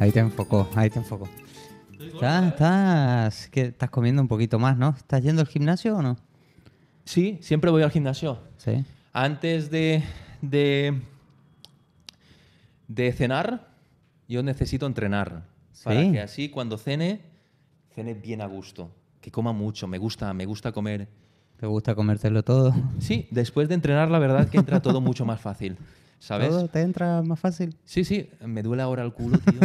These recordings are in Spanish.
Ahí te enfocó, ahí te enfocó. ¿Estás, estás, que estás comiendo un poquito más, ¿no? ¿Estás yendo al gimnasio o no? Sí, siempre voy al gimnasio. Sí. Antes de, de, de cenar, yo necesito entrenar. Para Sí. que así cuando cene, cene bien a gusto. Que coma mucho, me gusta, me gusta comer. ¿Te gusta comértelo todo? Sí, después de entrenar, la verdad que entra todo mucho más fácil. ¿Sabes? ¿Todo te entra más fácil? Sí, sí, me duele ahora el culo, tío.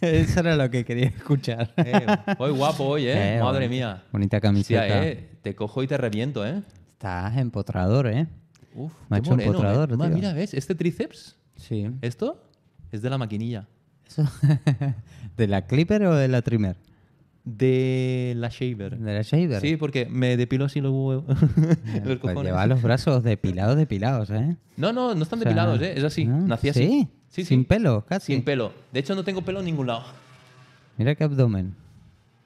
Eso era lo que quería escuchar. Eh, voy guapo hoy, ¿eh? Eh, Madre bonita- mía. bonita Hostia, camiseta. eh, te cojo y te reviento, ¿eh? Estás empotrador, ¿eh? Uf, Me ha qué hecho un moreno, ¿eh? potrador, Ma- tío. Mira, ¿ves? Este tríceps, Sí. esto, es de la maquinilla. Eso. ¿De la clipper o de la trimmer? De la shaver. ¿De la shaver? Sí, porque me depilo así los huevos. Eh, pues los cojones. lleva los brazos depilados, depilados, ¿eh? No, no, no están O sea, depilados, ¿eh? Es así, ¿no? nací así. ¿Sí? Sí, Sin sí. pelo, casi. Sin pelo. De hecho, no tengo pelo en ningún lado. Mira qué abdomen.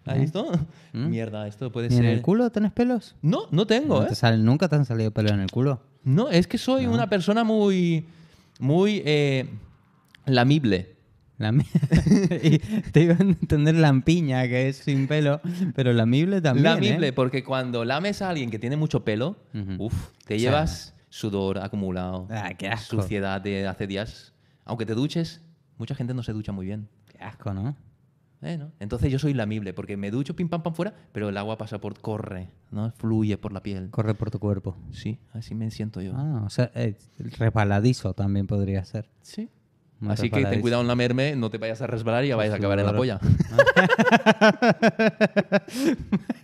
¿Has visto? Mierda, esto puede ¿Y ¿Eh? ¿Mm? en ser... el culo tenés pelos? No, no tengo, No ¿eh? te salen- nunca te han salido pelos en el culo. No, es que soy una persona muy... Muy... eh, lamible. Lami- y te iba a entender lampiña, que es sin pelo, pero lamible también. Lamible, ¿eh? porque cuando lames a alguien que tiene mucho pelo, Ujú. uf, te O sea, llevas sudor acumulado, Ah, qué asco. suciedad de hace días. Aunque te duches, mucha gente no se ducha muy bien. Qué asco, ¿no? Eh, ¿no? Entonces yo soy lamible, porque me ducho pim pam pam fuera, pero el agua pasa por, corre, ¿no? Fluye por la piel. Corre por tu cuerpo. Sí, así me siento yo. Ah, o sea, eh, resbaladizo también podría ser. Sí. Muy Así que ten resbaladizo. cuidado en lamerme, no te vayas a resbalar y ya vayas a acabar en la polla. Ah,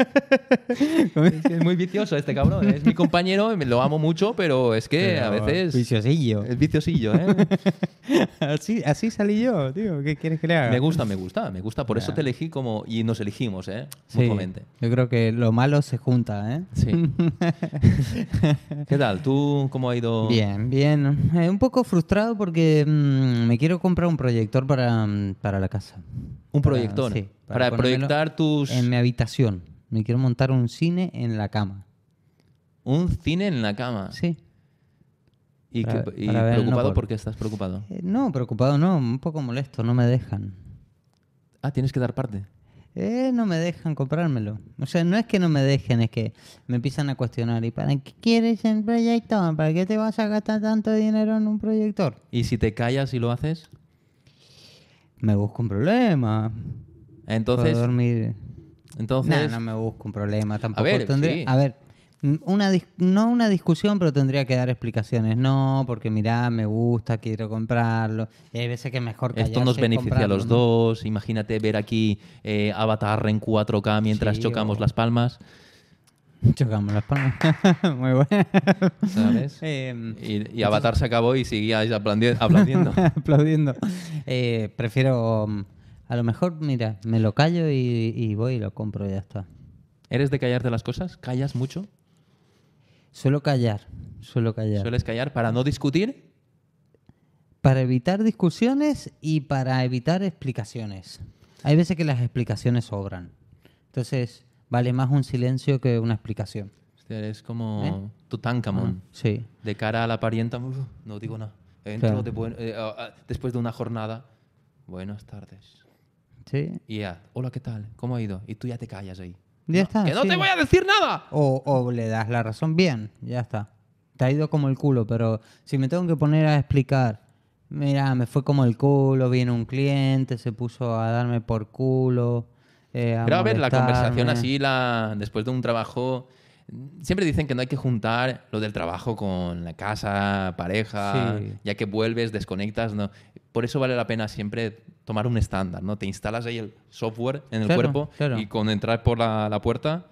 Es que es muy vicioso este cabrón. Es mi compañero, me- lo amo mucho, pero es que a Pero, veces. Viciosillo. Es viciosillo, ¿eh? así, así salí yo, tío. ¿Qué quieres que le haga? me gusta, me gusta, me gusta. Por eso te elegí como. Y nos elegimos, ¿eh? Sí, Mutuamente. Yo creo que lo malo se junta, ¿eh? Sí. ¿Qué tal? ¿Tú cómo ha ido? Bien, bien. Eh, un poco frustrado porque mm, me quiero comprar un proyector para, mm, para la casa. Para- Un proyector. sí, para ponérmelo proyectar tus. En mi habitación. Me quiero montar un cine en la cama. Un cine en la cama. Sí. ¿Y, Para- qué- y para ver el preocupado? Nopal. ¿Por qué estás preocupado? Eh, no, preocupado no. Un poco molesto. No me dejan. Ah, tienes que dar parte. Eh, no me dejan comprármelo. O sea, no es que no me dejen, es que me empiezan a cuestionar. ¿Y para qué quieres el proyector? ¿Para qué te vas a gastar tanto dinero en un proyector? ¿Y si te callas y lo haces? Me busco un problema. Entonces. Puedo dormir. Entonces. no, no me busco un problema tampoco. ver, Tendría- sí. a ver, m- una dis- no una discusión, pero tendría que dar explicaciones. No, porque mirá, me gusta, quiero comprarlo. Y hay veces que es mejor que Esto nos beneficia a los dos. Imagínate ver aquí eh, Avatar en 4K mientras Sí, chocamos o- las palmas, Chocamos las palmas. Muy bueno. ¿sabes? Em, y, y Avatar se acabó y seguíais aplandi- aplaudiendo. aplaudiendo. Eh, prefiero. mm, A lo mejor, mira, me lo callo y, y voy y lo compro y ya está. ¿Eres de callarte las cosas? ¿Callas mucho? Suelo callar, suelo callar. ¿Sueles callar para no discutir? Para evitar discusiones y para evitar explicaciones. Hay veces que las explicaciones sobran. Entonces, vale más un silencio que una explicación. Ah, Hostia, Eres como ¿Eh? Tutankamón. Sí. De cara a la parienta, "Uf, no digo nada. Entro Claro. de buen- eh, ah, ah, después de una jornada. Buenas tardes. Sí. Y ya, hola, ¿qué tal? ¿Cómo ha ido? Y tú ya te callas ahí. Ya está. ¡Que no sí. te voy a decir nada! O, o le das la razón bien, ya está. Te ha ido como el culo, pero si me tengo que poner a explicar, mira, me fue como el culo, vino un cliente, se puso a darme por culo. eh, a Pero a ver, la conversación molestarme. así, la, después de un trabajo, mm, siempre dicen que no hay que juntar lo del trabajo con la casa, pareja, Sí. ya que vuelves, desconectas, ¿no? Por eso vale la pena siempre tomar un estándar, ¿no? Te instalas ahí el software en el Claro, cuerpo claro. y con entrar por la, la puerta,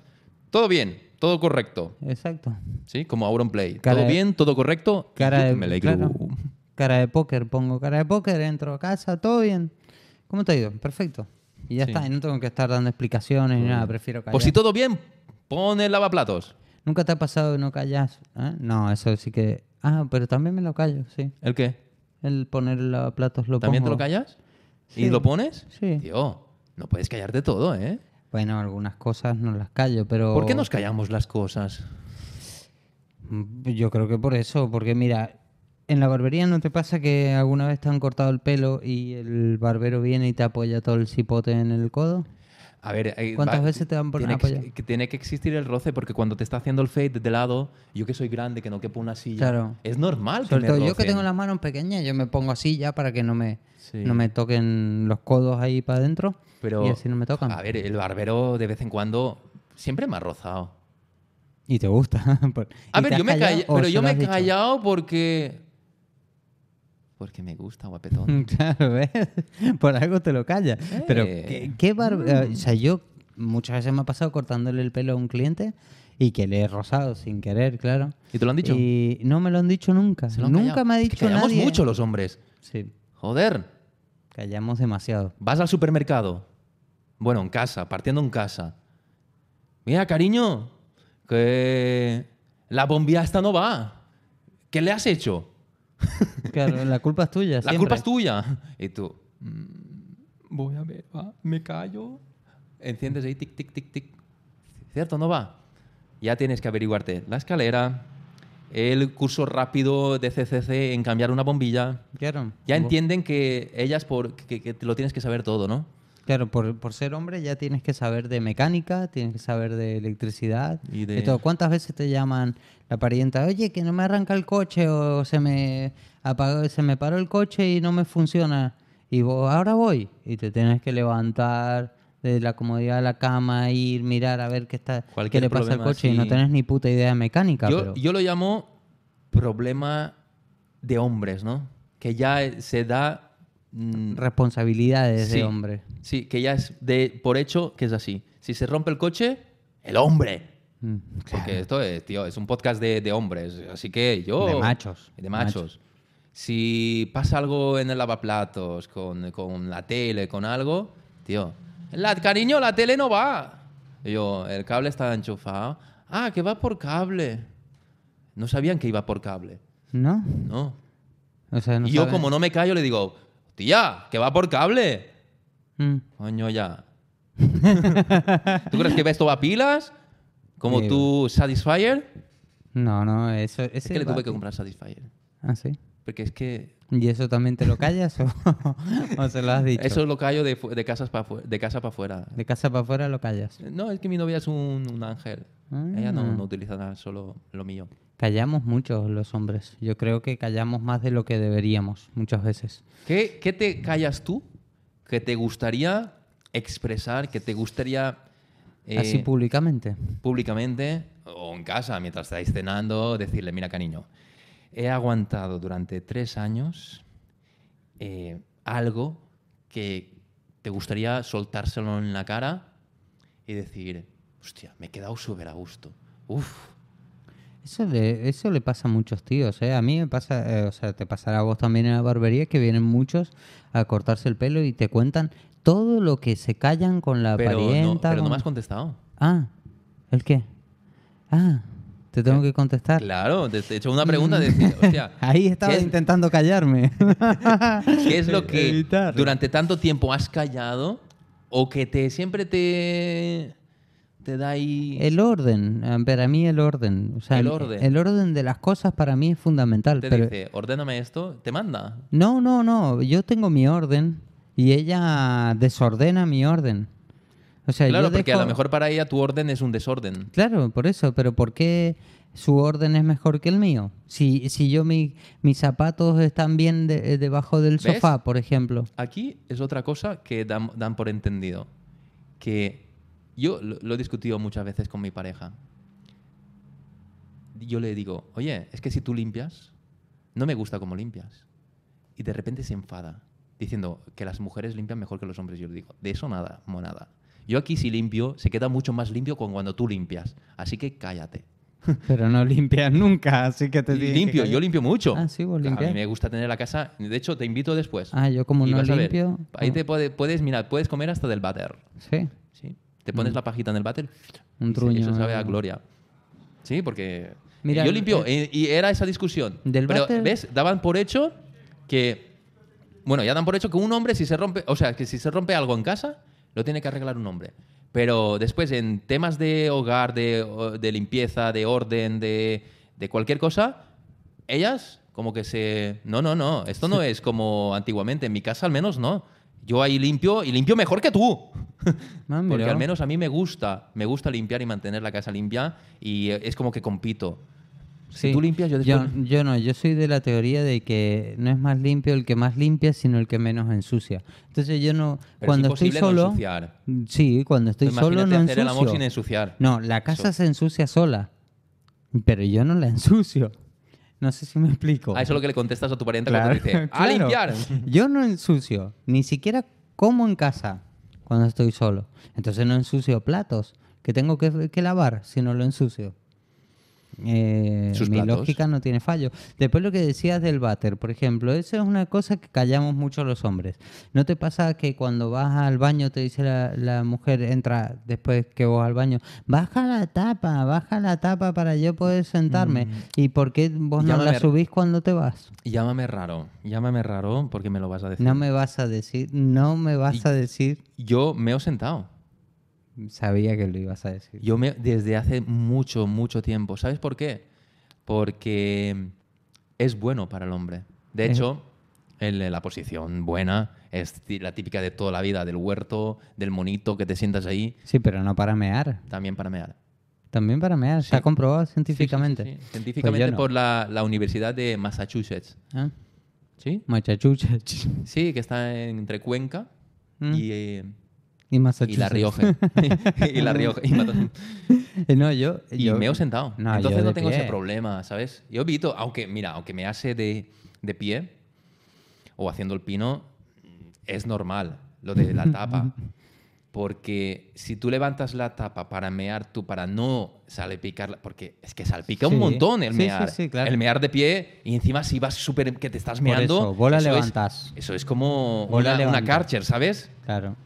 todo bien, todo correcto, Exacto. ¿sí? Como Auron Play. Cara todo de- bien, todo correcto. Cara de, Me alegro. claro, cara de póker, pongo cara de póker, entro a casa, todo bien. ¿Cómo te ha ido? Perfecto. Y ya Sí. está, y no tengo que estar dando explicaciones ni nada, prefiero callar. Pues si todo bien, pon el lavaplatos. Nunca te ha pasado que no callas. ¿eh? No, eso sí que. Ah, pero también me lo callo, sí. ¿El qué? El poner los platos lo ¿También te pongo. lo callas? ¿Y Sí. lo pones? Sí. Tío, no puedes callarte todo, ¿eh? Bueno, algunas cosas no las callo, pero. ¿Por qué nos callamos las cosas? Mm, Yo creo que por eso, porque mira, en la barbería no te pasa que alguna vez te han cortado el pelo y el barbero viene y te apoya todo el cipote en el codo? A ver, eh, ¿Cuántas va- veces te dan por tiene apoyar? que, que tiene que existir el roce porque cuando te está haciendo el fade de lado, yo que soy grande, que no quepo una silla, Claro. es normal que Sobre me todo yo que rocen. tengo las manos pequeñas, yo me pongo así ya para que no me, Sí. no me toquen los codos ahí para adentro. Pero, y así no me tocan. A ver, el barbero de vez en cuando siempre me ha rozado. Y te gusta. Por- A ¿Y te ver, has yo me he callado calla- o pero se yo lo me has he dicho? callado porque... Porque me gusta, Mm. guapetón. Claro, ¿ves? Por algo te lo callas. Pero, Eh. ¿qué, qué bar- eh, O sea, yo muchas veces me ha pasado cortándole el pelo a un cliente y que le he rozado sin querer, claro. ¿Y te lo han dicho? Y no me lo han dicho nunca. Se lo han nunca callado. me ha Es que dicho callamos nadie. mucho los hombres. Sí, Joder, callamos demasiado. vas al supermercado. Bueno, en casa, partiendo en casa. Mira, cariño, que la bombilla esta no va. ¿Qué le has hecho? Claro, la culpa es tuya. La culpa es tuya. Y tú, mm, voy a ver, va, me callo. Enciendes ahí, tic, tic, tic, tic. ¿Cierto? No va. Ya tienes que averiguarte la escalera, el curso rápido de CCC en cambiar una bombilla. Claro. Ya Vos- entienden que ellas por, que, que te lo tienes que saber todo, ¿no? Claro, por, por ser hombre ya tienes que saber de mecánica, tienes que saber de electricidad. Y Y de- de... todo. ¿Cuántas veces te llaman la parienta? Oye, que no me arranca el coche o se me apagó, se me paró el coche y no me funciona. Y vos, ahora voy. Y te tienes que levantar de la comodidad de la cama, ir, mirar a ver qué está Cualquier qué le pasa al problema coche y no así- tenés ni puta idea de mecánica. Yo, pero... yo lo llamo problema de hombres, ¿no? Que ya se da... mm, Responsabilidades Sí. de hombre. Sí, que ya es de por hecho que es así. Si se rompe el coche, el hombre. Mm. Porque esto es, tío, es un podcast de, de hombres. Así que yo. De machos. De machos. Si pasa algo en el lavaplatos, con, con la tele, con algo, tío. La, cariño, la tele no va. Y yo, el cable está enchufado. Ah, que va por cable. No sabían que iba por cable. ¿No? No. O sea, no y yo, saben- como no me callo, le digo, tía, que va por cable. Mm. Coño, ya. ¿Tú crees que esto va a pilas? Como Eh, tu Satisfyer. No, no, eso... Ese Es que le va- tuve que comprar Satisfyer. Ah, sí. Porque es que ¿Y eso también te lo callas o, o se lo has dicho? eso lo callo de, fu- de, casas pa fu- de casa para afuera. De casa para afuera lo callas. No, es que mi novia es un, un ángel. Ella no, Ah. no utiliza nada, solo lo mío. Callamos mucho los hombres. Yo creo que callamos más de lo que deberíamos muchas veces. ¿Qué, qué te callas tú que te gustaría expresar, que te gustaría eh, Así públicamente. públicamente o en casa mientras estáis cenando, decirle, mira cariño, he aguantado durante tres años eh, algo que te gustaría soltárselo en la cara y decir, hostia, me he quedado súper a gusto. Uf, Eso le, eso le pasa a muchos tíos, ¿eh? A mí me pasa, eh, o sea, te pasará a vos también en la barbería, que vienen muchos a cortarse el pelo y te cuentan todo lo que se callan con la pero, no, parienta. pero no con- me has contestado. Ah, ¿el qué? Ah, te tengo que contestar. Claro, te te he hecho una pregunta de decir, Eh, hostia, Ah. Ahí estaba ¿qué es- intentando callarme. ¿Qué es lo que Evitar. durante tanto tiempo has callado o que te siempre te, te da ahí... El orden, eh, para mí el orden. O sea, El el orden. orden. de las cosas para mí es fundamental. Te pero- dice, ordéname esto, te manda. No, no, no. Yo tengo mi orden y ella desordena mi orden. O sea, Claro, yo porque a lo dejo- mejor para ella tu orden es un desorden. Claro, por eso. Pero ¿por qué su orden es mejor que el mío? Si, si yo mi- mis zapatos están bien de- eh, debajo del ¿Ves? sofá, por ejemplo. Aquí es otra cosa que dan, dan por entendido. Que yo lo, lo he discutido muchas veces con mi pareja. Yo le digo, oye, es que si tú limpias, no me gusta cómo limpias. Y de repente se enfada, diciendo que las mujeres limpian mejor que los hombres. Yo le digo, de eso nada, monada. Yo aquí si limpio, se queda mucho más limpio con cuando tú limpias. Así que cállate. Pero no limpias nunca, así que te tienes que limpio, callar. yo limpio mucho. Ah, sí, vos A mí limpias. me gusta tener la casa. De hecho, te invito después. Ah, yo como Y no vas a ver. limpio. ah, pues. Ahí te puede- puedes, mira, puedes comer hasta del váter. Sí. ¿sí? Te pones la pajita en el váter. Mm. Un y se- truño, Eso sabe eh. a gloria. Sí, porque. Mira, yo limpio. eh, y era esa discusión. del Pero, váter- ¿ves? Daban por hecho que. Bueno, ya dan por hecho que un hombre, si se rompe. O sea, que si se rompe algo en casa, lo tiene que arreglar un hombre. Pero después, en temas de hogar, de, de limpieza, de orden, de, de cualquier cosa, ellas Como que se... No, no, no, esto no es como antiguamente, en mi casa al menos no. Yo ahí limpio y limpio mejor que tú. Ah, mira. Porque al menos a mí me gusta, me gusta limpiar y mantener la casa limpia y eh, es como que compito. Si Sí. tú limpias, yo después... yo, yo no, yo soy de la teoría de que no es más limpio el que más limpia, sino el que menos ensucia. Entonces yo no, Pero cuando es estoy imposible no solo, ensuciar. sí, cuando estoy Imagínate solo no hacer el amor ensucio. sin ensuciar. No, la casa se ensucia sola, pero yo no la ensucio. No sé si me explico. Ah, eso es lo que le contestas a tu pariente Claro, cuando te dice, ¡a claro. limpiar! Yo no ensucio, ni siquiera como en casa cuando estoy solo. Entonces no ensucio platos que tengo que, que lavar si no lo ensucio. Eh, Sus mi platos. lógica no tiene fallo. Después lo que decías del váter, por ejemplo, eso es una cosa que callamos mucho los hombres. ¿No te pasa que cuando vas al baño te dice la, la mujer, entra después que vos al baño, baja la tapa, baja la tapa para yo poder sentarme? ¿Y por qué vos no Mm. Llámame la a- subís cuando te vas? Llámame raro, llámame raro porque me lo vas a decir. No me vas a decir, no me vas a decir. Yo me he sentado. Sabía que lo ibas a decir. Yo me, desde hace mucho, mucho tiempo. ¿Sabes por qué? Porque es bueno para el hombre. De Es- hecho, el- la posición buena es ti- la típica de toda la vida, del huerto, del monito que te sientas ahí, Sí, pero no para mear. también para mear. También para mear. Está comprobado científicamente. Sí, sí, sí, sí. Científicamente Pues yo no. por la, la Universidad de Massachusetts. ¿Ah? ¿Sí? Machachuchas. Sí, que está entre Cuenca Mm. y, eh, Y y La Massachusetts. Rioja. y La Rioja. Y Mata- Eh, no, yo. Y yo- me he sentado. No, yo Entonces de no tengo ese pie. problema, ¿sabes? Yo evito, aunque, mira, aunque me hace de, de pie o haciendo el pino, es normal lo de la tapa. Porque si tú levantas la tapa para mear tú, para no salpicarla, porque es que salpica Sí. un montón el Sí, sí, mear. sí, claro. El mear de pie y encima si vas súper que te estás meando. eso, vos la es- levantás. eso es como Vos la una, una levantás. Karcher, ¿sabes? Claro.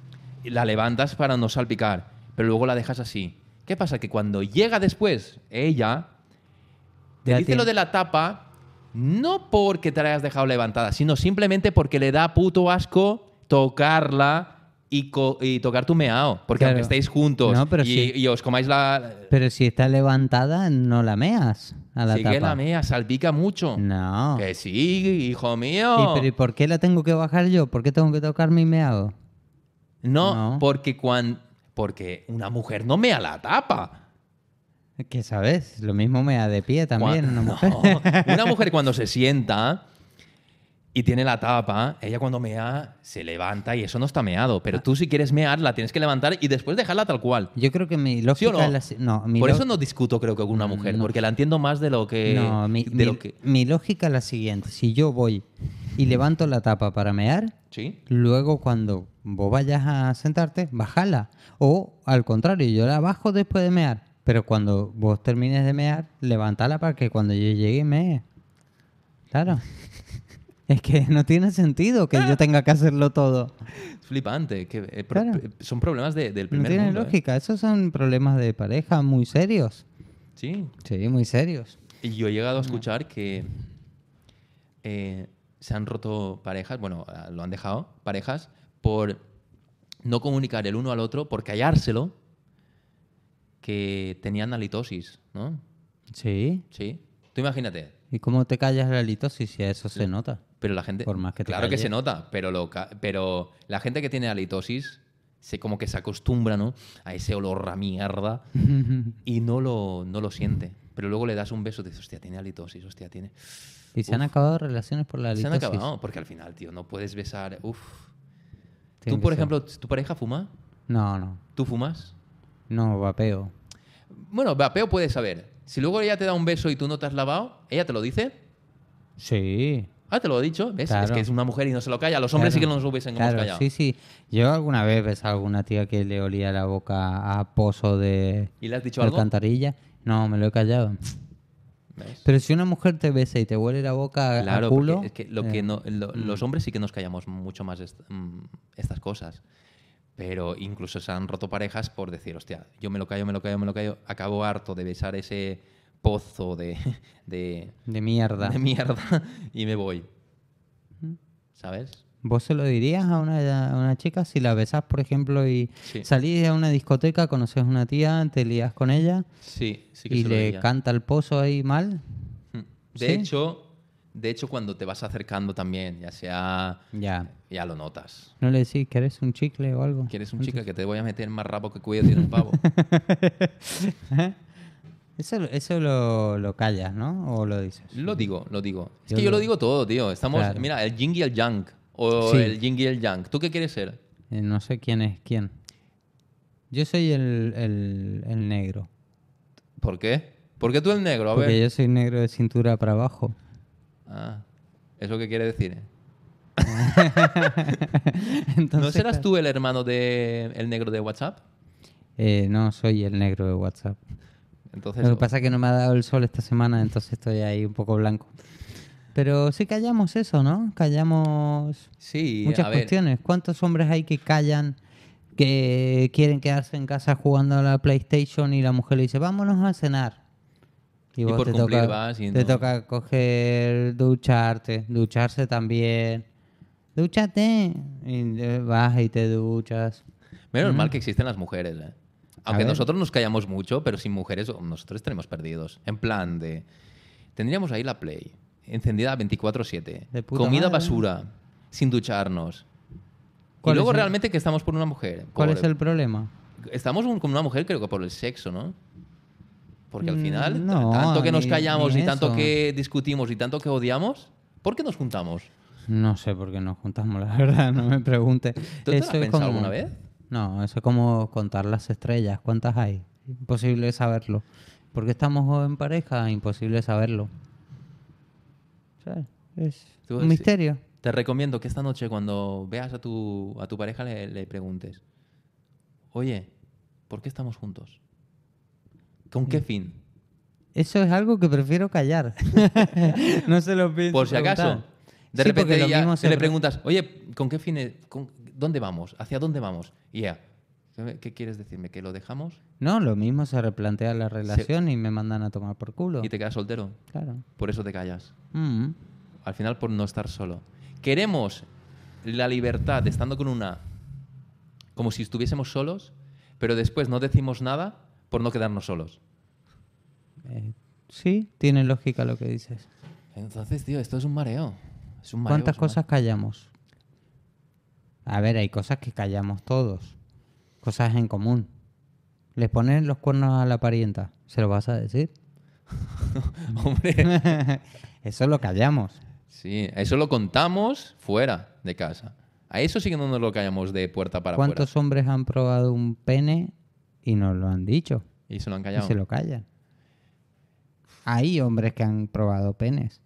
la levantas para no salpicar, pero luego la dejas así. ¿Qué pasa? Que cuando llega después ella, te Ya dice tiene- lo de la tapa, no porque te la hayas dejado levantada, sino simplemente porque le da puto asco tocarla y, co- y tocar tu meao. Porque Claro. aunque estéis juntos No, pero y, sí. y os comáis la... Pero si está levantada, no la meas a la sí tapa. que la mea, salpica mucho. No. Que sí, hijo ¿Y, mío. pero, ¿y por qué la tengo que bajar yo? ¿Por qué tengo que tocar mi meado? No, No. porque cuando... Porque una mujer no mea la tapa. Que sabes, lo mismo mea de pie también Cuan- una mujer. No, una mujer cuando se sienta y tiene la tapa, ella cuando mea se levanta y eso no está meado. Ah. Pero tú si quieres mear la tienes que levantar y después dejarla tal cual. Yo creo que mi ¿Sí o lógica no? es la si- no, mi Por lo- Mm, eso no discuto creo que con una mujer, No. porque la entiendo más de lo que... No, mi, de mi- lo que- mi lógica es la siguiente. Si yo voy y levanto la tapa para mear, ¿Sí? luego cuando vos vayas a sentarte, bajala. O al contrario, yo la bajo después de mear. Pero cuando vos termines de mear, levantala para que cuando yo llegue mee. Claro. Es que no tiene sentido que yo tenga que hacerlo todo. Es flipante. que, eh, pro- Claro. eh, Son problemas de- del No primer tiene mundo, ¿eh? lógica. Esos son problemas de pareja muy serios. Sí. Sí, muy serios. Y yo he llegado a escuchar que eh, se han roto parejas, bueno, ah, lo han dejado, parejas, por no comunicar el uno al otro, por callárselo, que tenían halitosis, ¿no? Sí. Sí. Tú imagínate, ¿Y cómo te callas la litosis si a eso se nota? pero la gente... Por más que te Claro que calles. se nota, pero, lo ca- pero la gente que tiene halitosis se como que se acostumbra, ¿no? A ese olor a mierda y no lo, no lo siente. Pero luego le das un beso y dices, hostia, tiene halitosis, hostia, tiene... y se han acabado relaciones por la Se han litosis. acabado, porque al final, tío, no puedes besar. Uf. Tiene ¿Tú, que por ser. ejemplo, tu pareja fuma? No, no. ¿Tú fumas? No, vapeo. Bueno, vapeo puedes saber. Si luego ella te da un beso y tú no te has lavado, ¿ella te lo dice? Sí. Ah, te lo he dicho. ¿Ves? Es Claro. que es una mujer y no se lo calla. Los hombres sí que no nos hubiesen claro, callado. Sí, sí. Yo alguna vez besé a alguna tía que le olía la boca a pozo de ¿Y le has dicho algo? alcantarilla. No, me lo he callado. ¿Ves? Pero si una mujer te besa y te huele la boca a- Claro, a porque culo. es que lo eh, que no- lo- los hombres sí que nos callamos mucho más est- mm, estas cosas. Pero incluso se han roto parejas por decir, hostia, yo me lo callo, me lo callo, me lo callo. Acabo harto de besar ese pozo de- de, De mierda. de mierda y me voy. ¿Sabes? ¿Vos se lo dirías a una, a una chica si la besás, por ejemplo, y Sí. salís a una discoteca, conoces a una tía, te lías con ella Sí, sí que y se lo le diría. Mm. canta el pozo ahí mal? De ¿Sí? hecho, De hecho, cuando te vas acercando también, ya sea, Ya. ya lo notas. No le decís, ¿querés un chicle o algo? ¿Quieres un chica que te voy a meter más rabo que cuello tiene un pavo? Eso, eso lo, lo callas, ¿no? O lo dices. Lo digo, lo digo. Es Yo que yo lo- lo digo todo, tío. Estamos, Claro. mira, el ying y el yang. O Sí. el ying y el yang. ¿Tú qué quieres ser? Eh, No sé quién es quién. Yo soy el, el- el negro. ¿Por qué? ¿Por qué tú el negro? A ver. Porque yo soy negro de cintura para abajo. Ah, ¿eso qué quiere decir? eh? Entonces, ¿No serás tú el hermano de el negro de WhatsApp? eh, no, soy el negro de WhatsApp. Entonces, Lo que pasa es que no me ha dado el sol esta semana, entonces estoy ahí un poco blanco. Pero sí callamos eso, ¿no? Callamos sí, muchas a ver, cuestiones. ¿Cuántos hombres hay que callan, que quieren quedarse en casa jugando a la PlayStation y la mujer le dice, vámonos a cenar? Y por te, cumplir toca, vas y te no. toca coger, ducharte, ducharse también. ¡Dúchate! Y eh, vas y te duchas. Menos mal que existen las mujeres, ¿eh? Aunque Mm. ver. nosotros nos callamos mucho, pero sin mujeres oh, nosotros tenemos perdidos. En plan de... Tendríamos ahí la Play, encendida 24/7, De puta comida madre. basura, sin ducharnos. Y ¿Cuál luego es el- realmente que estamos por una mujer. ¿Cuál por- es el problema? Estamos un- con una mujer creo que por el sexo, ¿no? Porque al Mm, final, no, tanto que nos ni- callamos ni y tanto eso. que discutimos y tanto que odiamos, ¿por qué nos juntamos? No sé por qué nos juntamos, la verdad, no me preguntes. te lo has pensado alguna vez? No, eso es como contar las estrellas, ¿cuántas hay? Imposible saberlo. ¿Por qué estamos en pareja? Imposible saberlo. ¿Sabes? Es Tú un es- misterio. Te recomiendo que esta noche cuando veas a tu, a tu pareja le, le preguntes, oye, ¿por qué estamos juntos? ¿Con Mm. qué fin? Eso es algo que prefiero callar. no se lo pienso. Por si acaso. preguntar. De Sí, porque repente lo ella- mismo te se le pre- preguntas, oye, ¿con qué fin? es- con- ¿Dónde vamos? ¿Hacia dónde vamos? Y ella, "¿Qué- ¿qué quieres decirme? ¿Que lo dejamos? No, lo mismo se replantea la relación y me mandan a tomar por culo. Y te quedas soltero. Claro. Por eso te callas. Mm. Al final, por no estar solo. Queremos la libertad estando con una, como si estuviésemos solos, pero después no decimos nada por no quedarnos solos. Eh, sí, tiene lógica lo que dices. Entonces, tío, esto es un mareo. Es un mareo, ¿Cuántas es un mareo. cosas callamos? A ver, hay cosas que callamos todos. Cosas en común. Les ponen los cuernos a la parienta. ¿Se lo vas a decir? Hombre, Eso lo callamos. sí, eso lo contamos fuera de casa. A eso sí que no nos lo callamos de puerta para afuera. ¿Cuántos hombres han probado un pene y nos lo han dicho? Y se lo han Y callado. se lo callan. Hay hombres que han probado penes.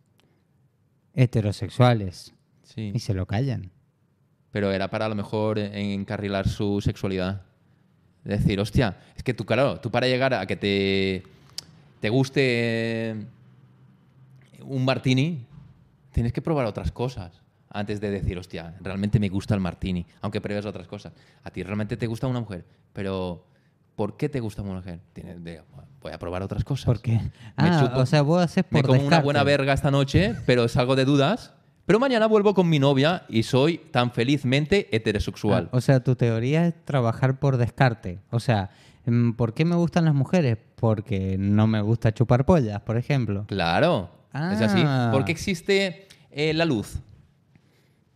Heterosexuales. Sí. Y se lo callan. Pero era para a lo mejor e-, encarrilar su sexualidad. Decir, hostia, es que tú, claro, tú para llegar a que te, te guste eh, un martini, tienes que probar otras cosas antes de decir, hostia, realmente me gusta el martini, aunque pruebes otras cosas. A ti realmente te gusta una mujer, pero ¿por qué te gusta una mujer? Tienes de- voy a probar otras cosas. ¿Por qué? Me Ah, chupo- o sea, vos haces por me como una buena descarte. verga esta noche, pero salgo de dudas. Pero mañana vuelvo con mi novia y soy tan felizmente heterosexual. Ah, o sea, tu teoría es trabajar por descarte. O sea, mm, ¿por qué me gustan las mujeres? Porque no me gusta chupar pollas, por ejemplo. Claro, es así. Ah. ¿Por qué existe eh, la luz?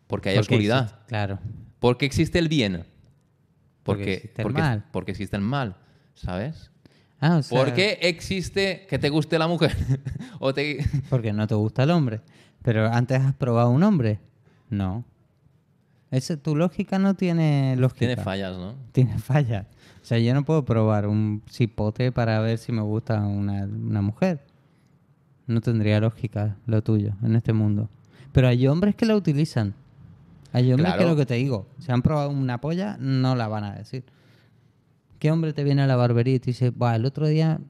Porque hay Porque oscuridad. existe- claro. ¿Por qué existe el bien? Porque existe el porque, mal. Porque existe el mal, ¿sabes? Ah, o sea, ¿Por qué existe que te guste la mujer? o te... Porque no te gusta el hombre. Pero antes has probado un hombre. No. Ese- tu lógica no tiene lógica. Tiene fallas, ¿no? Tiene fallas. O sea, yo no puedo probar un cipote para ver si me gusta una, una mujer. No tendría lógica lo tuyo en este mundo. Pero hay hombres que la utilizan. Hay hombres Claro. que lo que te digo, si han probado una polla, no la van a decir. ¿Qué hombre te viene a la barbería y te dice, "Buah, el otro día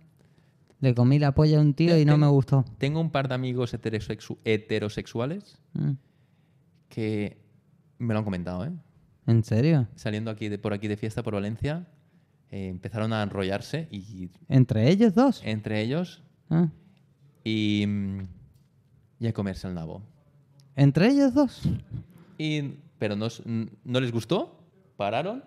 le comí la polla a un tío y no me gustó? Tengo un par de amigos heterosexu- heterosexuales Mm, que me lo han comentado, ¿eh? ¿En serio? Saliendo aquí de, por aquí de fiesta por Valencia, eh, empezaron a enrollarse y ¿Entre ellos dos? entre ellos Ah, y, mm, y a comerse el nabo. ¿Entre ellos dos? Y, pero no, s- n- no les gustó, pararon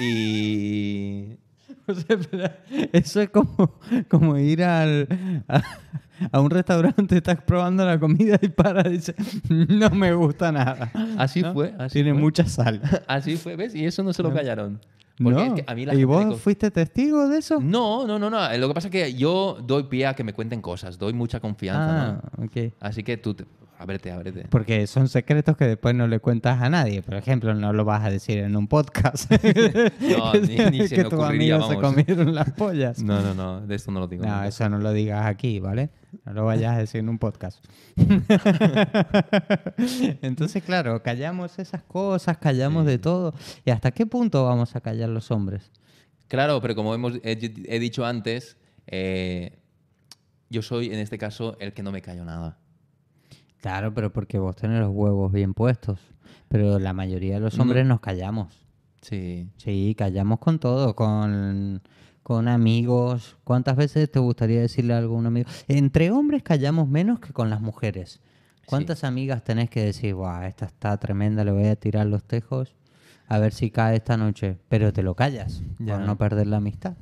y... O sea, espera, eso es como, como ir al, a- a un restaurante, estás probando la comida y para y dice, no me gusta nada. Así ¿no? fue, así Tiene fue. mucha sal. Así fue, ¿ves? Y eso no se lo callaron. Porque No. es que a mí la ¿Y gente Mm, le vos co- fuiste testigo de eso? No, no, no, no. Lo que pasa es que yo doy pie a que me cuenten cosas, doy mucha confianza. Ah, ¿no? ok. Así que tú, te- ábrete, ábrete. Porque son secretos que después no le cuentas a nadie. Por ejemplo, no lo vas a decir en un podcast. No, ni- ni se que me tus ocurriría, amigos se vamos. comieron las pollas. No, no, no, de esto no lo digo. No, nunca. eso no lo digas aquí, ¿vale? No lo vayas a decir en un podcast. Entonces, claro, callamos esas cosas, callamos de todo. ¿Y hasta qué punto vamos a callar los hombres? Claro, pero como hemos, he, he dicho antes, eh, yo soy en este caso el que no me callo nada. Claro, pero porque vos tenés los huevos bien puestos. Pero la mayoría de los hombres nos callamos. Sí. Sí, callamos con todo, con, con amigos. ¿Cuántas veces te gustaría decirle algo a un amigo? Entre hombres callamos menos que con las mujeres. ¿Cuántas amigas tenés que decir, Buah, esta está tremenda, le voy a tirar los tejos a ver si cae esta noche? Pero te lo callas Ya. por no perder la amistad.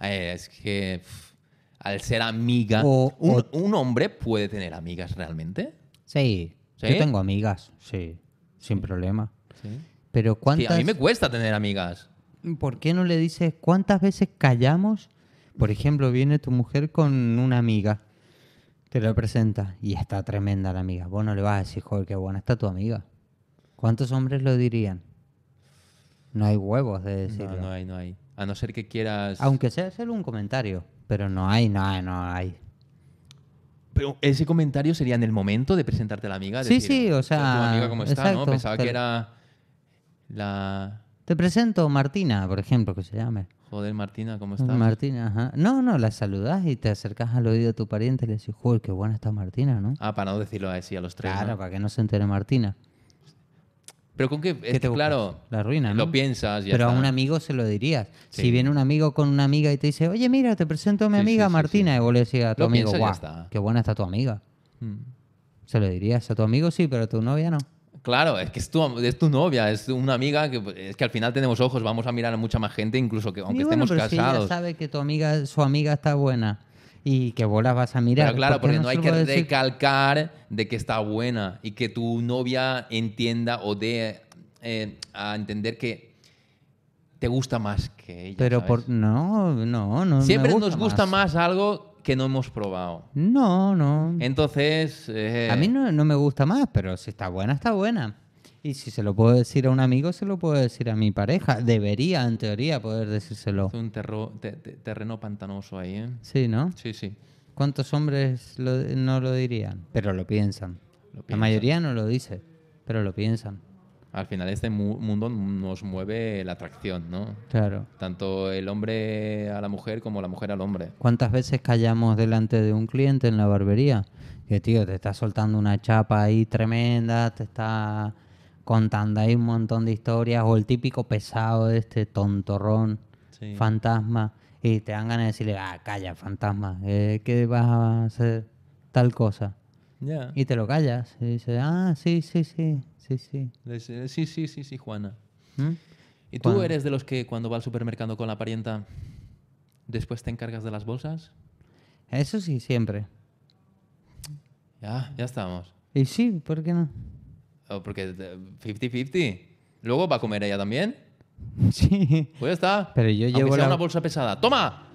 Eh, es que pf, al ser amiga, O- un, o- un hombre puede tener amigas realmente. Sí, ¿Sí? yo tengo amigas, sí, sin problema. Sí. Pero Que ¿cuántas... a mí me cuesta tener amigas. ¿Por qué no le dices cuántas veces callamos? Por ejemplo, viene tu mujer con una amiga, te la presenta y está tremenda la amiga. Vos no le vas a decir, joder, qué buena está tu amiga. ¿Cuántos hombres lo dirían? No hay huevos de No, decirlo. no hay, no hay. A no ser que quieras. Aunque sea solo un comentario, pero no hay, no hay, no hay. Pero ese comentario sería en el momento de presentarte a la amiga. Sí, decir, sí, o "Hostia, sea, Tu amiga cómo está, ¿no? exacto, Pensaba pero- que era la. Te presento Martina, por ejemplo, que se llame. Joder, Martina, ¿cómo estás? Martina, ajá. No, no, la saludás y te acercás al oído de tu pariente y le decís, joder, qué buena está Martina, ¿no? ah, para no decirlo así a los tres. Claro, ¿no? para que no se entere Martina. Pero con qué. Es ¿Qué te que, buscas? claro. La ruina, ¿no? Lo piensas, ya Pero está. a un amigo se lo dirías. Sí. Si viene un amigo con una amiga y te dice, oye, mira, te presento a mi Sí, amiga sí, sí, Martina, y vos le decís a tu Lo amigo, piensas y ya guau, está. qué buena está tu amiga. Mm. Se lo dirías a tu amigo, sí, pero a tu novia no. Claro, es que es tu, es tu novia, es una amiga que es que al final tenemos ojos, vamos a mirar a mucha más gente, incluso que aunque Y bueno, estemos pero Si casados. ella sabe que tu amiga, su amiga está buena y que vos la vas a mirar. Pero claro, ¿por qué porque no hay se que lo decís? recalcar de que está buena y que tu novia entienda o dé eh, a entender que te gusta más que ella. Pero ¿sabes? por... no, no, no. me Siempre gusta nos gusta más. algo que no hemos probado. No, no. Entonces. eh, Mm. A mí no, no me gusta más, pero si está buena, está buena. Y si se lo puedo decir a un amigo, se lo puedo decir a mi pareja. Debería, en teoría, poder decírselo. Es un terro- te- te- terreno pantanoso ahí, ¿eh? Sí, ¿no? Sí, sí. ¿Cuántos hombres lo- no lo dirían? Pero lo piensan. Lo La piensan. mayoría no lo dice, pero lo piensan. Al final, este mu- mundo nos mueve la atracción, ¿no? Claro. Tanto el hombre a la mujer como la mujer al hombre. ¿Cuántas veces callamos delante de un cliente en la barbería? Que tío, te está soltando una chapa ahí tremenda, te está contando ahí un montón de historias, o el típico pesado de este tontorrón, Sí. fantasma, y te dan ganas de decirle, ah, calla, fantasma, eh, ¿qué vas a hacer? Tal cosa. Ya. Y te lo callas, y dices, ah, sí, sí, sí, sí, sí. Les- eh, Sí, sí, sí, sí, Juana. ¿Mm? ¿Y tú Juana. eres de los que cuando va al supermercado con la parienta, después te encargas de las bolsas? Eso sí, siempre. Ya, ya estamos. Y sí, ¿por qué no? Oh, porque eh, 50-50. Luego va a comer ella también. Sí. Pues ya está. Pero yo Aunque llevo sea la- una bolsa pesada. ¡Toma!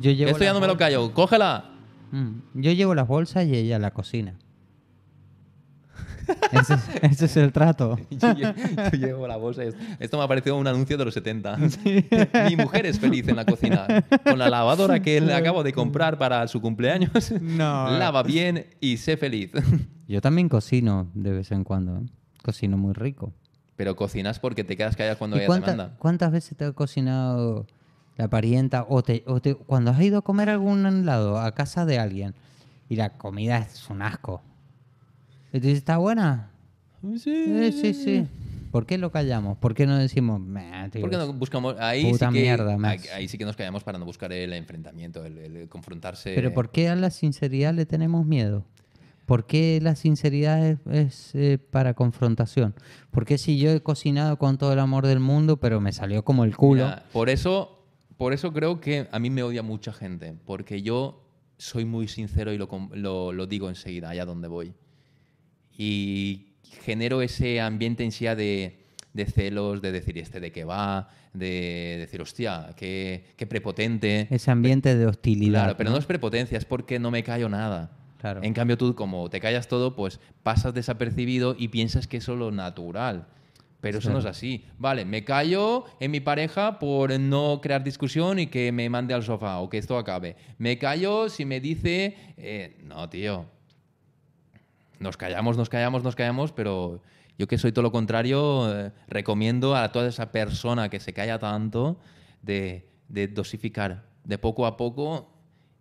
Yo Que llevo Esto ya las no me lo callo. ¡Cógela! Mm, Yo llevo las bolsas y ella la cocina. ese, es, ese es el trato. Yo, lle- yo llevo la bolsa. y es- Esto me ha parecido un anuncio de los 70. Mi mujer es feliz en la cocina. Con la lavadora que le acabo de comprar para su cumpleaños. No. Lava bien y sé feliz. Yo también cocino de vez en cuando. ¿eh? Cocino muy rico. Pero cocinas porque te quedas callado cuando ¿Y ella cuánta- te manda. cuántas veces te ha cocinado la parienta? O, te, o te- cuando has ido a comer a algún lado, a casa de alguien, y la comida es un asco. Y tú dices, ¿está buena? Eh, sí, sí. ¿Por qué lo callamos? ¿Por qué no decimos, "Meh, tío, ¿Por qué no buscamos? Ahí Puta sí, que, mierda, Max. ahí, ahí sí que nos callamos para no buscar el enfrentamiento, el, el confrontarse. Pero ¿por qué a la sinceridad le tenemos miedo? ¿Por qué la sinceridad es, es, eh, para confrontación? ¿Por qué si yo he cocinado con todo el amor del mundo, pero me salió como el culo? Mira, por eso, por eso creo que a mí me odia mucha gente, porque yo soy muy sincero y lo, com- lo- lo digo enseguida, allá donde voy. Y genero ese ambiente en sí de, de celos, de decir, ¿este de qué va? De decir, hostia, qué, qué prepotente. Ese ambiente de hostilidad. Claro, pero no es prepotencia, es porque no me callo nada. Claro. En cambio, tú, como te callas todo, pues pasas desapercibido y piensas que eso es lo natural. Pero eso Sí. no es así. Vale, me callo en mi pareja por no crear discusión y que me mande al sofá o que esto acabe. Me callo si me dice. eh, no, tío. Nos callamos, nos callamos, nos callamos, pero yo que soy todo lo contrario, eh, recomiendo a toda esa persona que se calla tanto de, de dosificar de poco a poco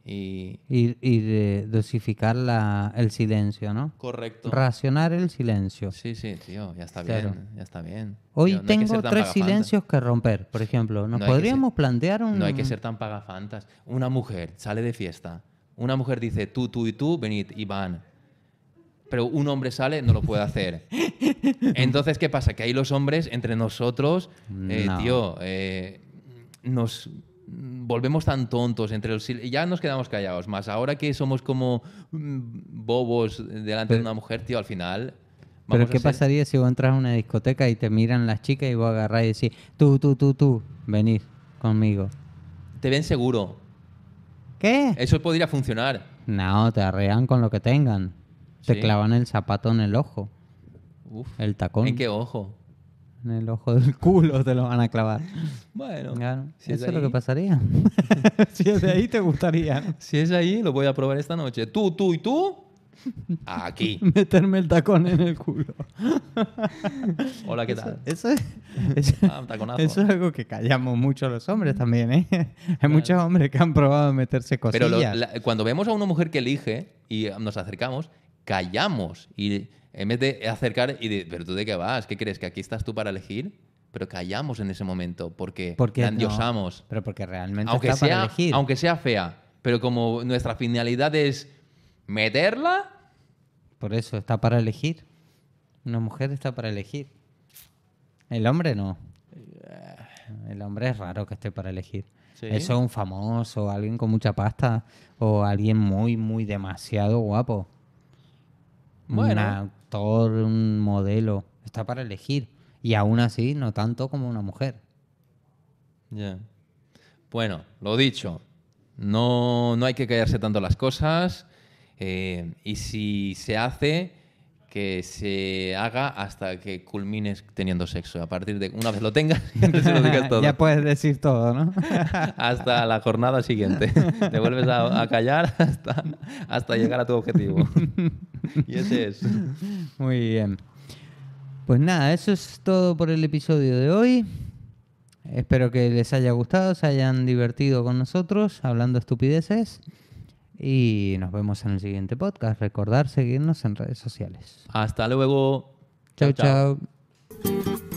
y. Y, y de dosificar la- el silencio, ¿no? Correcto. Racionar el silencio. Sí, sí, tío, ya está Claro. bien, ya está bien. Hoy Tío, no hay que tengo ser tan tres pagafantas. silencios que romper, por ejemplo. ¿Nos No hay que podríamos plantear un...? No hay que ser tan pagafantas. Una mujer sale de fiesta, una mujer dice tú, tú y tú, venid y van. Pero un hombre sale, no lo puede hacer. Entonces, ¿qué pasa? Que ahí los hombres, entre nosotros, eh, No. tío, eh, nos volvemos tan tontos entre los sil- ya nos quedamos callados más ahora que somos como mm, bobos delante de una mujer tío al final ¿Pero vamos a qué ser- pasaría si vos entras a una discoteca y te miran las chicas y vos agarrás y decís, tú, tú, tú, tú, venid conmigo? te ven seguro ¿Qué? Eso podría funcionar. No, te arrean con lo que tengan. Te Sí. clavan el zapato en el ojo, Uf. el tacón. ¿En qué ojo? En el ojo del culo te lo van a clavar. Bueno, Claro, si, es eso es, ahí, lo que pasaría. si es de ahí te gustaría ¿no? si es ahí, lo voy a probar esta noche. Tú, tú y tú, aquí. meterme el tacón en el culo. Hola, ¿qué tal? Eso es, eso, Ah, un taconazo. Mm. eso es algo que callamos mucho los hombres también, ¿eh? Hay muchos hombres que han probado meterse Pero cosillas. lo- la- cuando vemos a una mujer que elige y nos acercamos, callamos. Y en vez de acercar y de, pero tú de qué vas, ¿qué crees? ¿Que aquí estás tú para elegir? Pero callamos en ese momento porque, Porque la no. endiosamos. Pero porque realmente Aunque está sea, para elegir. aunque sea fea. Pero como nuestra finalidad es meterla, Por eso, está para elegir. Una mujer está para elegir. El hombre no. El hombre es raro que esté para elegir. Eh. Sí. Eso es un famoso, alguien con mucha pasta o alguien muy, muy demasiado guapo. Bueno. Un actor, un modelo. Está para elegir. Y aún así, no tanto como una mujer. Ya. Bueno, lo dicho, no, no hay que callarse tanto las cosas eh, y si se hace, que se haga hasta que culmines teniendo sexo. A partir de una vez lo tengas, ya se lo digas todo. ya pues. puedes decir todo, ¿no? Hasta la jornada siguiente. Te vuelves a, a callar hasta, hasta llegar a tu objetivo. Y ese es. Muy bien. Pues nada, eso es todo por el episodio de hoy. Espero que les haya gustado, se hayan divertido con nosotros hablando estupideces. Y nos vemos en el siguiente podcast. Recordar seguirnos en redes sociales. Hasta luego. Chao, chao.